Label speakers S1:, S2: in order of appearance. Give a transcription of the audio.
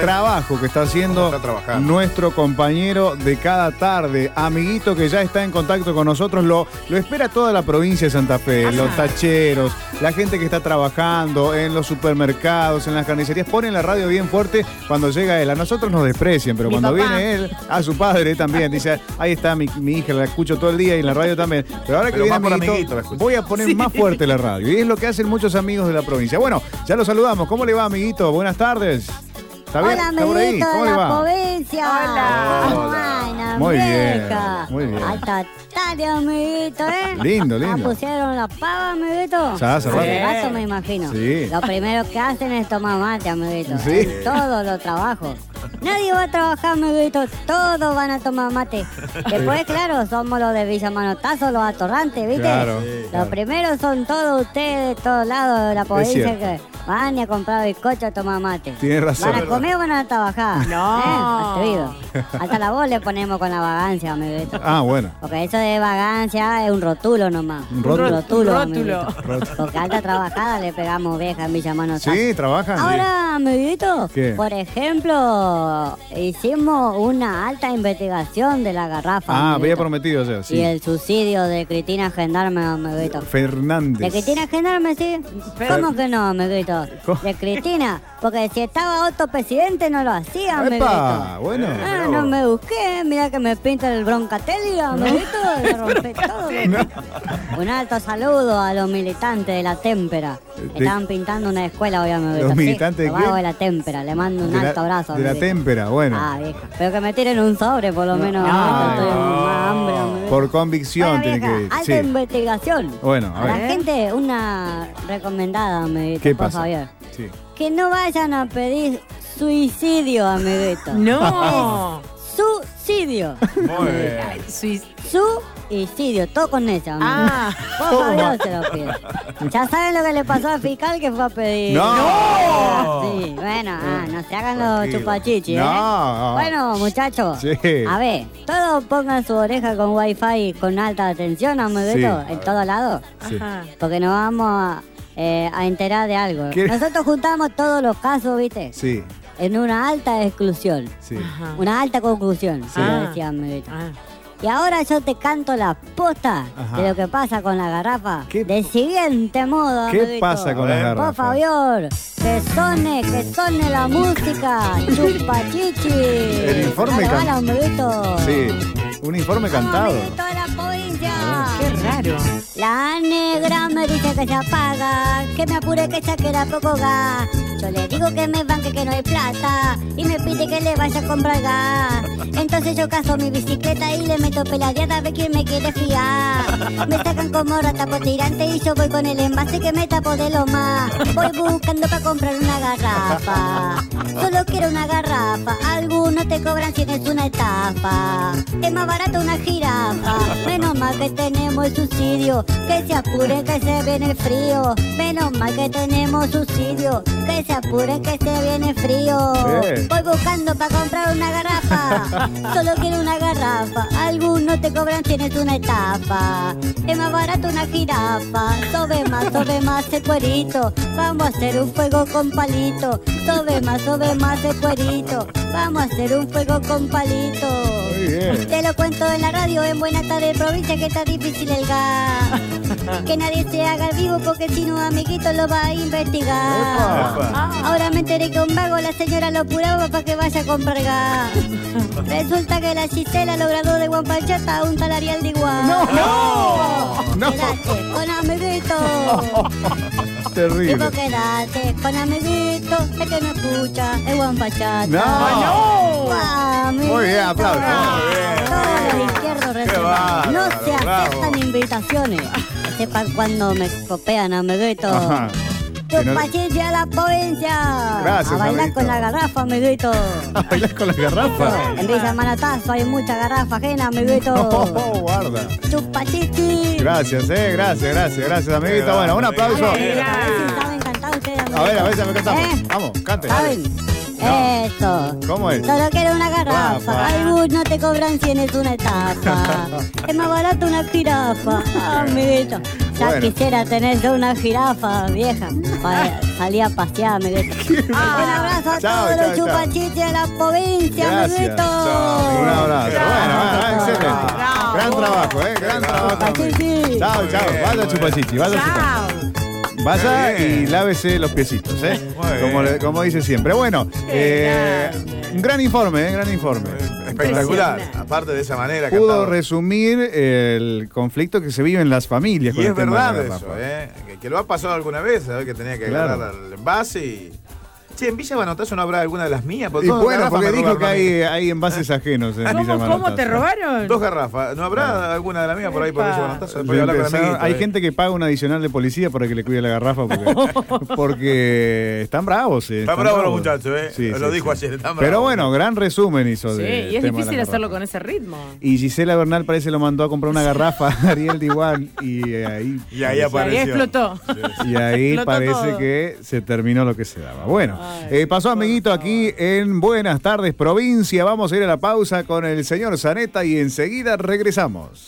S1: trabajo que está haciendo
S2: Está trabajando.
S1: nuestro compañero de cada tarde, amiguito que ya está en contacto con nosotros, lo, lo espera toda la provincia de Santa Fe, los tacheros, la gente que está trabajando en los supermercados, en las carnicerías, ponen la radio bien fuerte cuando llega él. A nosotros nos desprecian, pero
S3: Mi
S1: cuando
S3: papá.
S1: viene él, a su padre también, dice, ahí está mi, mi hija, la escucho todo el día y en la radio también. Pero ahora que
S2: Pero
S1: viene
S2: más por
S1: amiguito,
S2: amiguito la escucha.
S1: voy a poner más fuerte la radio. Y es lo que hacen muchos amigos de la provincia. Bueno, ya lo saludamos. ¿Cómo le va, amiguito? Buenas tardes. ¿Está bien?
S4: Hola,
S1: ¿Está por ahí?
S4: amiguito
S1: ¿Cómo
S4: de
S1: le
S4: la
S1: va?
S4: provincia.
S3: Hola.
S4: Hola.
S1: Muy bien, muy bien.
S4: Hasta tarde, amiguito, ¿eh?
S1: Lindo,
S4: Ya
S1: lindo.
S4: pusieron la pava, amiguito.
S1: Ya, hace
S4: Al
S1: rato.
S4: rato, me imagino.
S1: Sí.
S4: Lo primero que hacen es tomar mate, amiguito.
S1: Sí.
S4: En todos los trabajos. Nadie va a trabajar, amiguito. Todos van a tomar mate. Después, claro, somos los de Villa Manotazo, los atorrantes, ¿viste?
S1: Claro. Sí,
S4: Los
S1: claro.
S4: primeros son todos ustedes, de todos lados de la provincia
S1: cierto.
S4: que van y a comprar bizcocho a tomar mate.
S1: Tienes razón.
S4: Van a comer o van a trabajar.
S3: No.
S4: Eh, atrevido. Hasta la voz le ponemos con la vagancia, amiguito.
S1: Ah, bueno.
S4: Porque eso de vagancia es un rotulo nomás.
S1: Un rótulo.
S4: rotulo.
S3: Un rótulo.
S4: amiguito. Porque alta trabajada le pegamos vieja en Villa Mano
S1: Sí, trabajan.
S4: Ahora, amiguito,
S1: ¿Qué?
S4: por ejemplo, hicimos una alta investigación de la garrafa.
S1: Ah, había
S4: amiguito.
S1: prometido ya,
S4: Y
S1: sí.
S4: el suicidio de Cristina Gendarme, amiguito. De
S1: Fernández.
S4: Cristina Gendarme, sí.
S3: Pero-
S4: ¿Cómo que no, amiguito?
S1: ¿Cómo?
S4: De Cristina, porque si estaba otro presidente no lo hacía,
S1: ¡Epa!
S4: amiguito.
S1: Bueno.
S4: Ah, no me busqué, mira que me pinta el broncatelli, amiguito, le rompí todo. Un alto saludo a los militantes de la Témpera.
S1: De-
S4: Estaban pintando una escuela hoy, amiguito.
S1: ¿Los
S4: sí,
S1: militantes de
S4: los vagos
S1: qué?
S4: de la Témpera, le mando un
S1: De la-
S4: alto abrazo.
S1: De la
S4: amiguito.
S1: témpera, bueno.
S4: Ah, vieja. Pero que me tiren un sobre, por lo menos. amiguito, estoy
S1: no.
S4: más hambre, amiguito.
S1: Por convicción
S4: Bueno,
S1: tiene
S4: vieja,
S1: que ir.
S4: alta
S1: sí.
S4: investigación.
S1: Bueno, a
S4: a la
S1: ver.
S4: gente una recomendada, amiguito,
S1: ¿Qué
S4: por
S1: pasa?
S4: Javier.
S1: Sí.
S4: Que no vayan a pedir suicidio, amiguito.
S3: No.
S4: Suicidio.
S2: Muy bien.
S3: Suic-
S4: Suicidio, todo con esa, amiguito.
S3: Ah.
S4: Por favor, se lo pido. Ya saben lo que le pasó al fiscal que fue a pedir.
S1: ¡No!
S4: Sí, bueno, ah, no se hagan los
S1: Tranquilo.
S4: chupachichis,
S1: No.
S4: ¿eh? Bueno, muchachos,
S1: Sí.
S4: a ver, todos pongan su oreja con wifi con alta atención,
S1: Sí, a
S4: amiguito,
S1: ver.
S4: en todo lado,
S1: Sí.
S3: Ajá.
S4: porque nos vamos a, eh, a enterar de algo.
S1: ¿Qué?
S4: Nosotros juntamos todos los casos, ¿viste?
S1: Sí,
S4: En una alta exclusión,
S1: sí.
S3: Ajá.
S4: una alta conclusión, como decía, amiguito.
S3: Ah.
S4: Y ahora yo te canto la posta
S1: Ajá.
S4: de lo que pasa con la garrafa.
S1: ¿Qué-
S4: Del siguiente modo,
S1: ¿Qué
S4: amiguito.
S1: pasa con las
S4: Por
S1: garrafas?
S4: favor, que sone, que sone la música. Chupachichi.
S1: El informe
S4: Dale
S1: can-
S4: bala, amiguito.
S1: Sí. Un informe
S4: Vamos,
S1: cantado. Ah,
S4: amiguito de la provincia.
S3: Qué raro.
S4: La negra me dice que se apaga, que me apure que ya queda poco gas. Yo le digo que me banque que no hay plata y me pide que le vaya a comprar gas. Entonces yo caso mi bicicleta y le meto peladeada a ver quién me quiere fiar. Me sacan como rata por tirante y yo voy con el envase que me tapo de loma. Voy buscando para comprar una garrafa. Solo quiero una garrafa, algunos te cobran si es una estafa. Es más barato una jirafa, menos mal que tenemos subsidio, que se apure que se viene frío. Menos mal que tenemos subsidio, que se apure que se viene frío.
S1: Sí.
S4: Voy buscando para comprar una garrafa, solo quiero una garrafa, algunos te cobran si es una estafa. Es más barato una jirafa, sobe más, sobe más el cuerito, vamos a hacer un fuego con palito, sobe más, sobe más el cuerito, vamos a hacer un fuego con palito.
S1: Muy bien.
S4: Te lo cuento en la radio, en Buena Tarde Provincia, que está difícil el gas. Que nadie se haga el vivo porque si no, amiguito, lo va a investigar. Ahora me enteré que un vago la señora lo apuraba para que vaya a comprar gas. Resulta que la Gisela logrado de Guampachata un salarial de igual. ¡No!
S1: ¡No!
S4: Quédate con amiguito.
S1: Terrible.
S4: Tipo, quédate con amiguito. Es que no escucha el Guampachata.
S1: Ah, No.
S4: Amiguito.
S1: Muy bien, aplausos. Muy
S4: Todo el izquierdo reservado. No
S2: bárbaro,
S4: se aceptan
S2: bravo.
S4: invitaciones. Sepan cuando me copean, amiguito.
S1: Ajá. Que no-
S4: Tu paciencia a la provincia.
S1: Gracias,
S4: A bailar
S1: amiguito.
S4: con la garrafa, amiguito.
S1: ¿A bailar con las garrafas?
S4: En Villa Manatazo hay mucha garrafa ajena, amiguito.
S1: No, guarda.
S4: Chupachichi.
S1: Gracias, eh, gracias, gracias, gracias, amiguito. Bueno, un aplauso.
S4: Eh,
S3: Mira.
S4: A ver si saben cantar ustedes,
S1: A ver, a ver si me
S4: ¿Eh?
S1: cantamos. Vamos, cante.
S4: ¿Saben? Eso.
S1: ¿Cómo es?
S4: Solo quiero una
S1: Rafa.
S4: garrafa. Algunos te cobran si es una estafa. es más barato una jirafa, amiguito. Ya
S1: Bueno.
S4: quisiera tener yo una jirafa vieja para salir a pasearme.
S3: Ah,
S4: Un abrazo a
S1: Chao,
S4: todos los
S1: chao, chao.
S4: chupachiches de la provincia,
S1: Gracias.
S4: amiguitos.
S1: Chao. Un abrazo. Bueno, ah,
S4: Bravo.
S1: excelente.
S3: Bravo.
S1: Gran trabajo, ¿eh? Gran trabajo.
S4: Chupachichi.
S1: Chao, chao.
S2: bien,
S1: Vaya
S2: muy
S1: chupachichi, vaya chupachichi.
S3: Chao.
S1: Vaya
S2: Muy bien.
S1: y lávese los piecitos, ¿eh?
S2: Muy bien.
S1: Como, le- como dice siempre. Bueno,
S3: Qué
S1: eh,
S3: grande.
S1: un gran informe, ¿eh? gran informe.
S2: Espectacular.
S3: Impresionante.
S2: Aparte de esa manera.
S1: Pudo
S2: cantado.
S1: resumir el conflicto que se vive en las familias.
S2: Y
S1: con
S2: es
S1: el tema de
S2: verdad
S1: la
S2: eso,
S1: Rafa.
S2: ¿eh? Que, que lo ha pasado alguna vez, ¿sabes? Que tenía que
S1: Claro.
S2: agarrar al envase y. Che, en Villa Banotazo no habrá alguna de las mías.
S1: Y
S2: todas las
S1: bueno,
S2: garrafas
S1: porque
S2: me
S1: dijo que
S2: robaron a mí.
S1: hay, hay envases ajenos en Villa
S3: ¿Cómo, ¿Cómo
S1: Manotazo.
S3: te robaron?
S2: Dos garrafas. ¿No habrá alguna de las mías por ahí por
S3: Epa.
S2: Villa Banotazo?
S1: Le
S2: Después voy a hablar con el
S1: empezaron-
S2: amiguito,
S1: hay
S2: ¿eh?
S1: gente que paga un adicional de policía para que le cuide la garrafa porque, porque están bravos. eh,
S2: Están
S1: están
S2: bravos los muchachos, eh. Lo dijo ayer, están
S1: Pero
S2: bravos.
S1: bueno, gran resumen hizo.
S3: Sí,
S1: del
S3: y
S1: eh, tema
S3: es
S1: de la
S3: difícil hacerlo
S1: garrafa.
S3: con ese ritmo.
S1: Y Gisela Bernal parece lo mandó a comprar una garrafa a Ariel Diwan y eh, ahí,
S2: Y ahí
S3: Ahí
S2: apareció.
S3: explotó.
S1: y ahí
S3: explotó
S1: parece
S3: todo.
S1: que se terminó lo que se daba. Bueno,
S3: Ay,
S1: eh, pasó
S3: por
S1: amiguito aquí en Buenas tardes Provincia. Vamos a ir a la pausa con el señor Zaneta y enseguida regresamos.